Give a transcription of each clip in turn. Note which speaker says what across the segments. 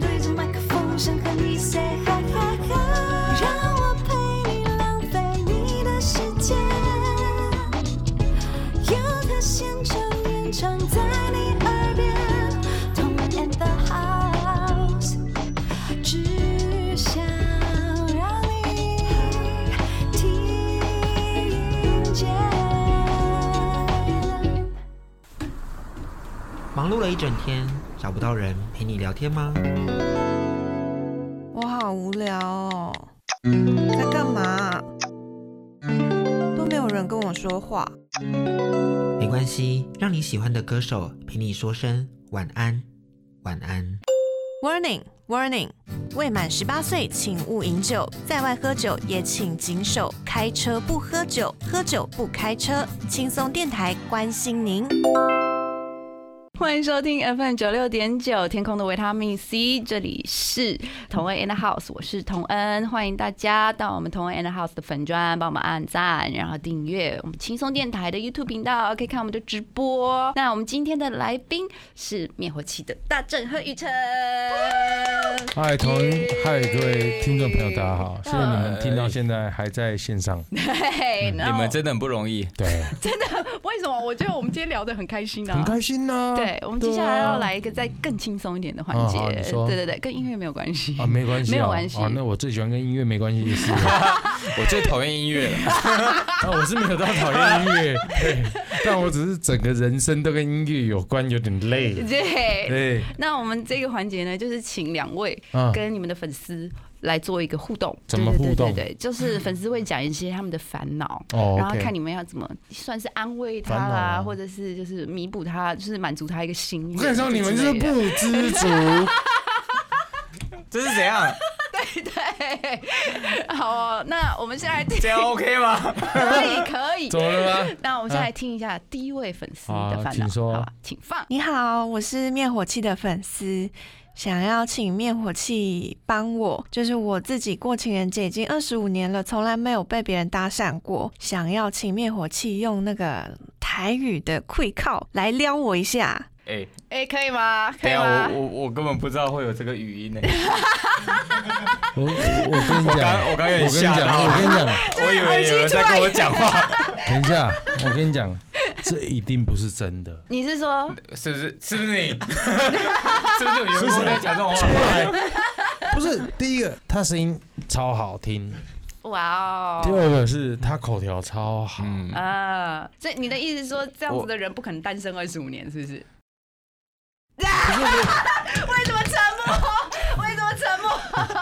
Speaker 1: 对着麦克风，想和你 say hi hi hi，让我陪你浪费你的时间。有个现场演唱在你耳边，同安 and the house，只想让你听见。
Speaker 2: 忙碌了一整天，找不到人陪你聊天吗？
Speaker 3: 我好无聊哦，在干嘛啊？都没有人跟我说话。
Speaker 2: 没关系，让你喜欢的歌手陪你说声晚安，晚安。
Speaker 3: Warning, warning！未满十八岁，请勿饮酒，在外喝酒也请谨守，开车不喝酒，喝酒不开车。轻松电台关心您。
Speaker 4: 欢迎收听 FM 九六点九天空的维他命 C，这里是同恩 and house，我是同恩，欢迎大家到我们同恩 and house 的粉砖帮我们按赞，然后订阅我们轻松电台的 YouTube 频道，可以看我们的直播。那我们今天的来宾是灭火器的大正贺雨辰，
Speaker 5: 嗨，同
Speaker 4: 耶
Speaker 5: 嗨，各位听众朋友，大家好！谢谢你们听到现在还在线上，
Speaker 4: 嘿，然
Speaker 6: 你
Speaker 4: 后
Speaker 6: 们真的很不容易。
Speaker 5: 对，
Speaker 4: 为什么？我觉得我们今天聊得很开心啊，
Speaker 5: 很开心呐。
Speaker 4: 对，我们接下来要来一个再更轻松一点的环节，
Speaker 5: 哦好你说
Speaker 4: 对对对，跟音乐没有关系
Speaker 5: 啊，没关系啊，
Speaker 4: 没有关系
Speaker 5: 啊那我最喜欢跟音乐没关系的 事了，
Speaker 6: 我最讨厌音乐 了，
Speaker 5: 啊，我是没有到讨厌音乐，对，但我只是整个人生都跟音乐有关，有点累。
Speaker 4: 对，
Speaker 5: 对，
Speaker 4: 那我们这个环节呢，就是请两位
Speaker 5: 啊，
Speaker 4: 跟你们的粉丝来做一个互动，
Speaker 5: 怎么互
Speaker 4: 对对
Speaker 5: 动
Speaker 4: 对对，就是粉丝会讲一些他们的烦恼。
Speaker 5: 哦
Speaker 4: 然后看
Speaker 5: 你，
Speaker 4: 你们要怎么算是安慰他
Speaker 5: 烦恼
Speaker 4: 啦，
Speaker 5: 啊
Speaker 4: 或者是就是弥补他，就是满足他一个心愿之类
Speaker 5: 我跟
Speaker 4: 的。
Speaker 5: 你说，你 们就是不知足。
Speaker 6: 这是怎样？
Speaker 4: 对。好哦，那我们先 来听，
Speaker 6: 这 样 OK 吗？
Speaker 4: 可以可以
Speaker 5: 怎。么 了吗？
Speaker 4: 那我们先来听一下第一位粉丝
Speaker 5: 啊
Speaker 4: 的烦恼，
Speaker 5: 请说
Speaker 4: 好吧，请放。
Speaker 3: 你好，我是灭火器的粉丝，想要请灭火器帮我，就是我自己过情人节已经二十五年了，从来没有被别人搭讪过，想要请灭火器用那个台语的跪靠来撩我一下。
Speaker 6: 哎，
Speaker 4: 哎、可以吗？可
Speaker 6: 等
Speaker 4: 以
Speaker 6: 一下我
Speaker 4: 吗？
Speaker 6: 我我根本不知道会有这个语 音呢。
Speaker 5: 我我跟你
Speaker 6: 我
Speaker 5: 讲，
Speaker 6: 刚我刚有
Speaker 5: 我跟
Speaker 6: 点
Speaker 5: 你
Speaker 6: 吓
Speaker 5: 讲，
Speaker 6: 到
Speaker 5: 我
Speaker 6: 了，
Speaker 5: 跟你讲，
Speaker 6: 我以为有人在跟我讲话，
Speaker 5: 等一下，我跟你讲，这一定不是真的。
Speaker 4: 你是说
Speaker 6: 是不是？是不是 你？是不是有员工在讲这种话？
Speaker 5: 不是第一个，他声音超好听；
Speaker 4: 哇
Speaker 5: 第
Speaker 4: 哦？
Speaker 5: 二个是他口条超好。
Speaker 6: 嗯，
Speaker 4: 啊，所以你的意思是说，这样子的人不可能单身二十五年，是不是？为什么沉默？为什么沉 默？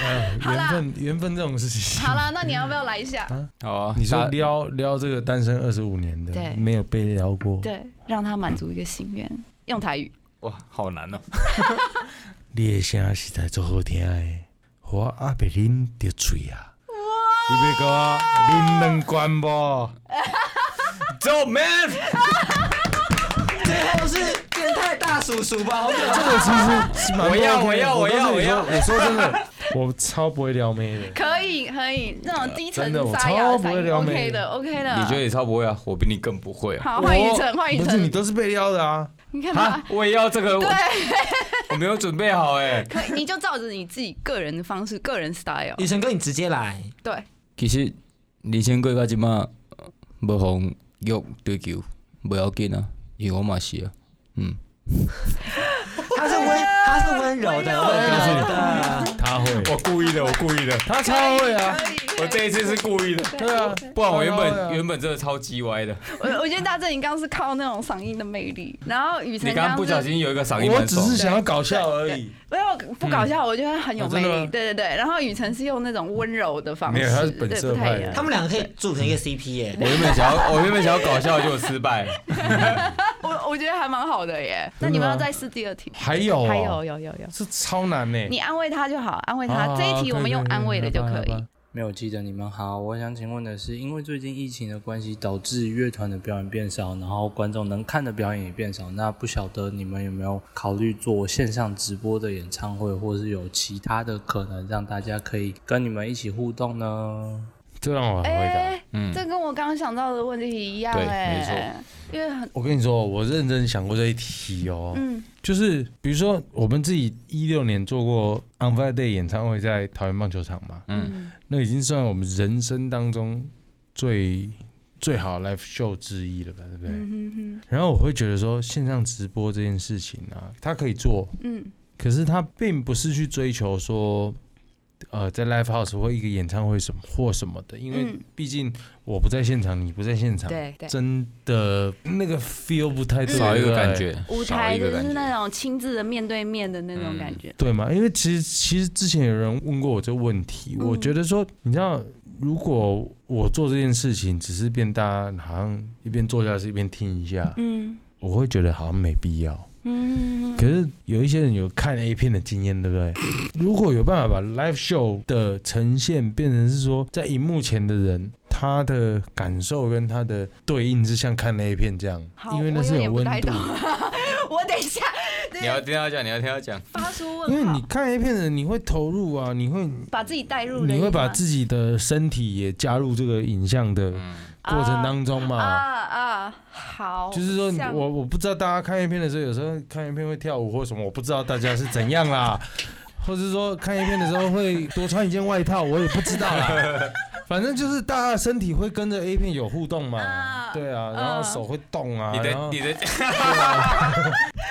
Speaker 5: 呃
Speaker 4: 好啦
Speaker 5: 缘分，缘分这种事情。
Speaker 4: 好啦，那你要不要来一下？
Speaker 6: 好啊，
Speaker 5: 你说
Speaker 6: 大
Speaker 5: 撩撩这个单身二十五年
Speaker 4: 对
Speaker 5: 的，没有被撩过，
Speaker 4: 对，让他满足一个心愿，用台语。
Speaker 6: 哇，好难哦。
Speaker 5: 你的声是在做好听的，我阿伯啉着嘴啊。你别讲啊，啉两 罐不？
Speaker 6: 走，man。最后是变态大叔叔吧？好久
Speaker 5: 这个其实是蛮
Speaker 6: 我要
Speaker 5: OK 的
Speaker 6: 我要我要
Speaker 5: 我告诉你说我说
Speaker 6: 我要
Speaker 5: 真 的，我超不会撩妹的。
Speaker 4: 可以可以，那种低沉
Speaker 5: 真的我
Speaker 4: 沙哑
Speaker 5: 超
Speaker 4: 的
Speaker 5: 不
Speaker 4: 嗓
Speaker 5: 会
Speaker 4: 音
Speaker 5: 撩妹
Speaker 4: ，OK 的 OK 的。
Speaker 6: 你 觉得你超不会啊？我比你更不会啊！
Speaker 4: 好，换雨辰，
Speaker 5: 我
Speaker 4: 换雨
Speaker 5: 不是你
Speaker 4: 辰，
Speaker 5: 都是被撩的啊。
Speaker 4: 你看
Speaker 6: 啊
Speaker 4: 吧，，
Speaker 6: 我也要这个，我我没有准备好哎。
Speaker 4: 可以，你就照着你自己个人的方式、个人 style，
Speaker 2: 雨辰哥，你直接 来，
Speaker 4: 对，
Speaker 6: 其实二千几到即马呃无互玉追求，不要紧啊，因为我嘛是啊，嗯，
Speaker 2: 他是温，他是温 柔的，温柔的。
Speaker 5: 他会，
Speaker 6: 我故意的，我故意的，
Speaker 5: 他超会啊。
Speaker 4: 可以。
Speaker 6: 我这一次是故意的，
Speaker 5: 对啊，
Speaker 6: 不然我原
Speaker 5: 超会啊
Speaker 6: 本原本真的超级歪的，
Speaker 4: 我我觉得大正你刚刚是靠那种嗓音的魅力，然后雨
Speaker 6: 你
Speaker 4: 辰
Speaker 6: 刚刚
Speaker 4: 刚
Speaker 6: 不小心有一个嗓音
Speaker 5: 我
Speaker 6: 蛮
Speaker 5: 只
Speaker 6: 爽
Speaker 5: 是想要搞笑而已。
Speaker 4: 没有不搞笑，我觉得很有
Speaker 5: 哦
Speaker 4: 魅
Speaker 5: 真的
Speaker 4: 力，
Speaker 5: 吗
Speaker 4: 对对对。然后雨辰是用那种温柔的方式，
Speaker 5: 没有他是本色
Speaker 4: 对不太
Speaker 5: 派
Speaker 4: 一
Speaker 5: 的
Speaker 4: 样
Speaker 2: 他们两个可以组成一个 CP 耶。
Speaker 6: 我原本想要，我原本想要搞笑，结果失败。
Speaker 4: 我我觉得还蛮好的耶。那
Speaker 5: 真
Speaker 4: 你
Speaker 5: 的吗
Speaker 4: 们要再试第二题？
Speaker 5: 还有啊
Speaker 4: 还有有有有，
Speaker 5: 是超难呢。
Speaker 4: 你安慰他就好，安慰
Speaker 5: 啊
Speaker 4: 他。这一题我们用安慰的就可以。。
Speaker 7: 没有记得你们好，我想请问的是，因为最近疫情的关系，导致乐团的表演变少，然后观众能看的表演也变少。那不晓得你们有没有考虑做线上直播的演唱会，或是有其他的可能让大家可以跟你们一起互动呢？
Speaker 5: 这让我来回答。
Speaker 4: 哎
Speaker 6: 嗯
Speaker 4: 这跟我刚刚想到的问题一样
Speaker 6: 对没
Speaker 4: 哎
Speaker 6: 错，
Speaker 4: 因为很
Speaker 5: 我跟你说，我认真想过这一题哦，
Speaker 4: 嗯
Speaker 5: 就是比如说我们自己一六年做过 On Fire Day 演唱会，在桃园棒球场嘛，
Speaker 4: 嗯
Speaker 5: 那已经算我们人生当中最最好的 live show 之一了吧，对不对？
Speaker 4: 嗯
Speaker 5: 然后我会觉得说，线上直播这件事情啊，它可以做，
Speaker 4: 嗯嗯
Speaker 5: 可是它并不是去追求说，呃，在 live house 或一个演唱会什么或什么的，因为
Speaker 4: 嗯
Speaker 5: 毕竟我不在现场，你不在现场，
Speaker 8: 对对
Speaker 5: 真的那个 feel 不太对，
Speaker 6: 少一
Speaker 5: 对
Speaker 6: 个
Speaker 5: 不对
Speaker 6: 感。觉，
Speaker 4: 舞
Speaker 6: 少
Speaker 4: 台
Speaker 6: 一
Speaker 4: 就
Speaker 6: 个感
Speaker 4: 是那
Speaker 6: 觉。
Speaker 4: 种亲自的面对面的那种感觉，
Speaker 5: 对嘛？因为其实其实之前有人问过我这个问题，
Speaker 4: 嗯
Speaker 5: 我觉得说，你知道，如果我做这件事情，只是变大家好像一边做下去一边听一下，
Speaker 4: 嗯
Speaker 5: 我会觉得好像没必要。
Speaker 4: 嗯
Speaker 5: 可是有一些人有看 A 片的经验，对不对？如果有办法把 live show 的呈现变成是说，在荧幕前的人他的感受跟他的对应是像看 A 片这样
Speaker 4: 好，
Speaker 5: 因为那
Speaker 4: 我有
Speaker 5: 是
Speaker 4: 点不
Speaker 5: 温
Speaker 4: 太
Speaker 5: 度
Speaker 4: 懂。我等一下
Speaker 6: 你要听他讲，你要听他讲，
Speaker 4: 发出
Speaker 5: 因为
Speaker 4: 问
Speaker 5: 你
Speaker 4: 号，
Speaker 5: 看 A 片的人，你会投入啊，你会
Speaker 4: 把自己带入了一
Speaker 5: 你
Speaker 4: 下，
Speaker 5: 会把自己的身体也加入这个影像的
Speaker 6: 嗯
Speaker 5: 过程当中
Speaker 4: 啊
Speaker 5: 嘛？
Speaker 4: 啊好，
Speaker 5: 就是说
Speaker 4: 像，
Speaker 5: 我我不知道大家看 A 片的时候，有时候看 A 片会跳舞或什么，我不知道大家是怎样啦， 或者是说看 A 片的时候会多穿一件外套，我也不知道啦。 反正就是大家的身体会跟着 A 片有互动嘛，
Speaker 4: 啊
Speaker 5: 对啊，然后
Speaker 4: 啊
Speaker 5: 手会动啊，
Speaker 6: 你
Speaker 5: 然后
Speaker 6: 的你的啊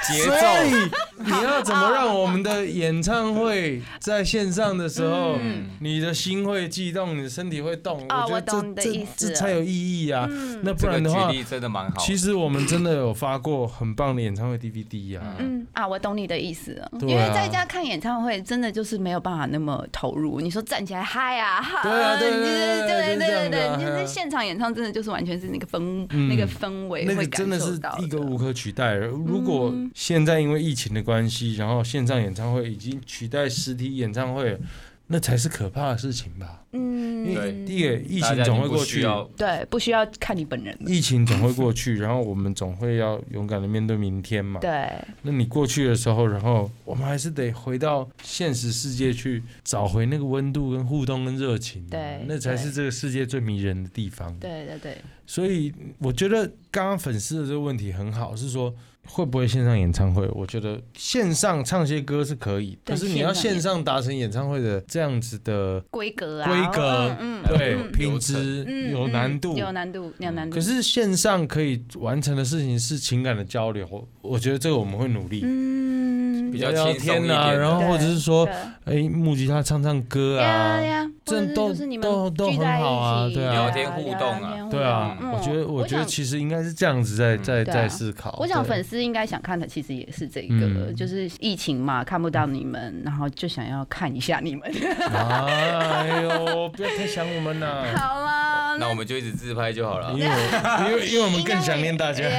Speaker 6: 节
Speaker 5: 所
Speaker 6: 奏，
Speaker 5: 以你要怎么让我们的演唱会在线上的时候，你的心会悸动，你的身体会动？
Speaker 4: 嗯啊
Speaker 5: 觉
Speaker 4: 我
Speaker 5: 得
Speaker 4: 懂你的
Speaker 5: 这
Speaker 4: 意
Speaker 5: 这
Speaker 4: 思嗯
Speaker 5: 这
Speaker 4: 了
Speaker 5: 才有意义啊！那不
Speaker 6: 这个
Speaker 5: 然的话
Speaker 6: 举，例真的蛮好。
Speaker 5: 其实我们真的有发过很棒的演唱会 DVD 啊。
Speaker 4: 嗯啊，我懂你的意思了，
Speaker 5: 对啊
Speaker 4: 因为在家看演唱会真的就是没有办法那么投入。你说站起来嗨啊，哈
Speaker 5: 对啊对
Speaker 4: 你就是对
Speaker 5: 对对对就是
Speaker 4: 对
Speaker 5: 这样的啊
Speaker 4: 对，你就
Speaker 5: 对啊
Speaker 4: 是现场演唱真的就是完全是那个氛
Speaker 5: 嗯
Speaker 4: 那个氛围
Speaker 5: 那个
Speaker 4: 会
Speaker 5: 真
Speaker 4: 感
Speaker 5: 的
Speaker 4: 受
Speaker 5: 是
Speaker 4: 到
Speaker 5: 一个
Speaker 4: 的。嗯
Speaker 5: 无可取代的。如果现在因为疫情的关系，然后线上演唱会已经取代实体演唱会了，那才是可怕的事情吧？因为
Speaker 6: 对
Speaker 4: 嗯，
Speaker 5: 第一个疫
Speaker 6: 大
Speaker 5: 情
Speaker 6: 家
Speaker 5: 总
Speaker 6: 已
Speaker 5: 会
Speaker 6: 经不
Speaker 5: 过
Speaker 6: 需
Speaker 5: 去，
Speaker 6: 要
Speaker 4: 对，不需要看你本人了。
Speaker 5: 疫情总会过去，然后我们总会要勇敢的面对明天嘛。
Speaker 4: 对，
Speaker 5: 那你过去的时候，然后我们还是得回到现实世界去找回那个温度、跟互动、跟热情、
Speaker 4: 对
Speaker 5: 那才是这个世界最迷人的地方。
Speaker 4: 对对对，
Speaker 5: 所以我觉得刚刚粉丝的这个问题很好，是说会不会线上演唱会？我觉得线上唱些歌是可以，可
Speaker 4: 对
Speaker 5: 是你要
Speaker 4: 线上
Speaker 5: 线
Speaker 4: 演
Speaker 5: 上达成演唱会的这样子的
Speaker 4: 规格啊，
Speaker 5: 规格
Speaker 4: 嗯
Speaker 5: 对
Speaker 6: 嗯
Speaker 5: 品质
Speaker 4: 嗯，
Speaker 5: 有
Speaker 4: 嗯
Speaker 5: 难度，
Speaker 4: 有难度，有难度。
Speaker 5: 可是线上可以完成的事情是情感的交流，我我觉得这个我们会努力。
Speaker 4: 嗯，
Speaker 6: 比较
Speaker 5: 聊聊
Speaker 6: 轻松一
Speaker 5: 天
Speaker 6: 点
Speaker 5: 啊，
Speaker 6: 的
Speaker 5: 然后或者是说
Speaker 4: 对，，
Speaker 5: 哎，木吉他唱唱歌
Speaker 4: 呀
Speaker 5: 啊，
Speaker 4: 呀，或
Speaker 5: 这
Speaker 4: 者是
Speaker 5: 都
Speaker 4: 就是你们
Speaker 5: 都都
Speaker 4: 聚在
Speaker 5: 很好啊
Speaker 4: 一起
Speaker 5: 对啊
Speaker 6: 聊天互动啊
Speaker 4: 聊天互
Speaker 5: 对啊
Speaker 4: 动，
Speaker 5: 我觉得
Speaker 4: 嗯
Speaker 5: 我觉得
Speaker 4: 想
Speaker 5: 其实应该是这样子在
Speaker 6: 嗯
Speaker 5: 在
Speaker 4: 对啊
Speaker 5: 在思考。
Speaker 4: 我想
Speaker 5: 对
Speaker 4: 粉丝应该想看的其实也是这个，
Speaker 5: 嗯
Speaker 4: 就是疫情嘛，看不到你们，然后就想要看一下你 们。
Speaker 5: 啊，哎呦，不要太想我们呐，
Speaker 4: 好啦，
Speaker 6: 那我们就一直自拍就好了
Speaker 5: 因，为 我因为因为我们更想念大 家。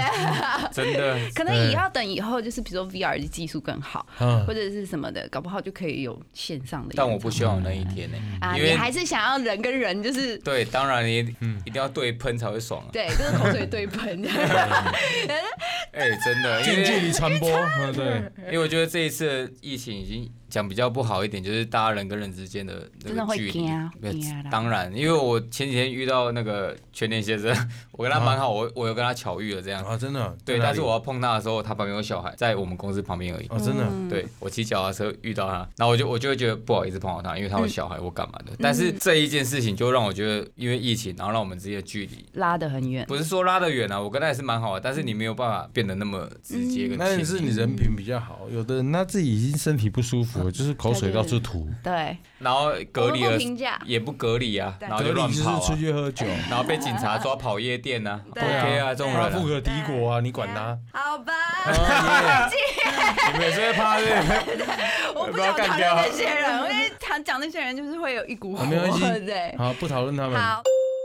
Speaker 6: 真的。
Speaker 4: 可能也要等以后，就是比如说 VR 的技术更好，
Speaker 5: 嗯
Speaker 4: 或者是什么的，搞不好就可以有线上的演唱
Speaker 6: 但
Speaker 4: 会。
Speaker 6: 我不希望有那一天呢，
Speaker 5: 嗯
Speaker 4: 啊，
Speaker 6: 因
Speaker 4: 你
Speaker 6: 为
Speaker 4: 还是想要人跟人， 就是
Speaker 6: 对，当然你
Speaker 5: 嗯
Speaker 6: 一定要对喷才会爽啊。
Speaker 4: 对，就是口水对 喷。
Speaker 6: 哎，真的，因
Speaker 5: 近距
Speaker 6: 为
Speaker 5: 离传 播，嗯，对，
Speaker 6: 因为我觉得这一次的疫情已经讲比较不好一点，就是大家人跟人之间的那
Speaker 4: 真的
Speaker 6: 个
Speaker 4: 会
Speaker 6: 距离
Speaker 4: 惊啊。
Speaker 6: 没有
Speaker 4: 惊啊啦
Speaker 6: 当然，因为我前几天遇到那个全年先生，我跟他蛮好，我我有跟他巧遇了这样。
Speaker 5: 啊，真的，
Speaker 6: 对，
Speaker 5: 嗯在哪
Speaker 6: 但
Speaker 5: 里
Speaker 6: 是我要碰他的时候，他旁边有小孩，在我们公司旁边而已。
Speaker 5: 哦，真的，
Speaker 4: 嗯
Speaker 6: 对我骑脚踏车遇到他，然后我就我就会觉得不好意思碰到他，因为
Speaker 4: 嗯
Speaker 6: 他有小孩，我干嘛的？但是这一件事情就让我觉得，因为疫情，然后让我们之间的距离
Speaker 4: 拉得很远，
Speaker 6: 不是说拉得远啊，我跟他也是蛮好的，但是你没有办法变得那么直接跟亲
Speaker 5: 嗯那
Speaker 6: 密。
Speaker 5: 是你人品比较好，有的人他自己已经身体不舒服了，就是口水到处吐，
Speaker 4: 对，
Speaker 6: 然后隔离
Speaker 4: 我们
Speaker 6: 了
Speaker 4: 不评价
Speaker 6: 也不隔离啊，然后
Speaker 5: 隔
Speaker 6: 就
Speaker 5: 离
Speaker 6: 乱
Speaker 5: 就是
Speaker 6: 跑
Speaker 5: 出
Speaker 6: 啊，
Speaker 5: 去 喝酒，
Speaker 6: 然后被警察抓跑夜店呐
Speaker 4: 对啊
Speaker 6: ，OK 啊，这种人
Speaker 5: 他
Speaker 6: 啊
Speaker 5: 富可敌国啊，你管他？
Speaker 4: 好 吧，
Speaker 5: 啊
Speaker 6: 啊你们也是会怕的，
Speaker 4: 我不
Speaker 6: 不要
Speaker 4: 想
Speaker 6: 干
Speaker 4: 谈
Speaker 6: 掉
Speaker 4: 论那些人，因为谈讲那些人就是会有一股火
Speaker 5: 啊，没关系
Speaker 4: 对。
Speaker 5: 好，不讨论他们。
Speaker 4: 好，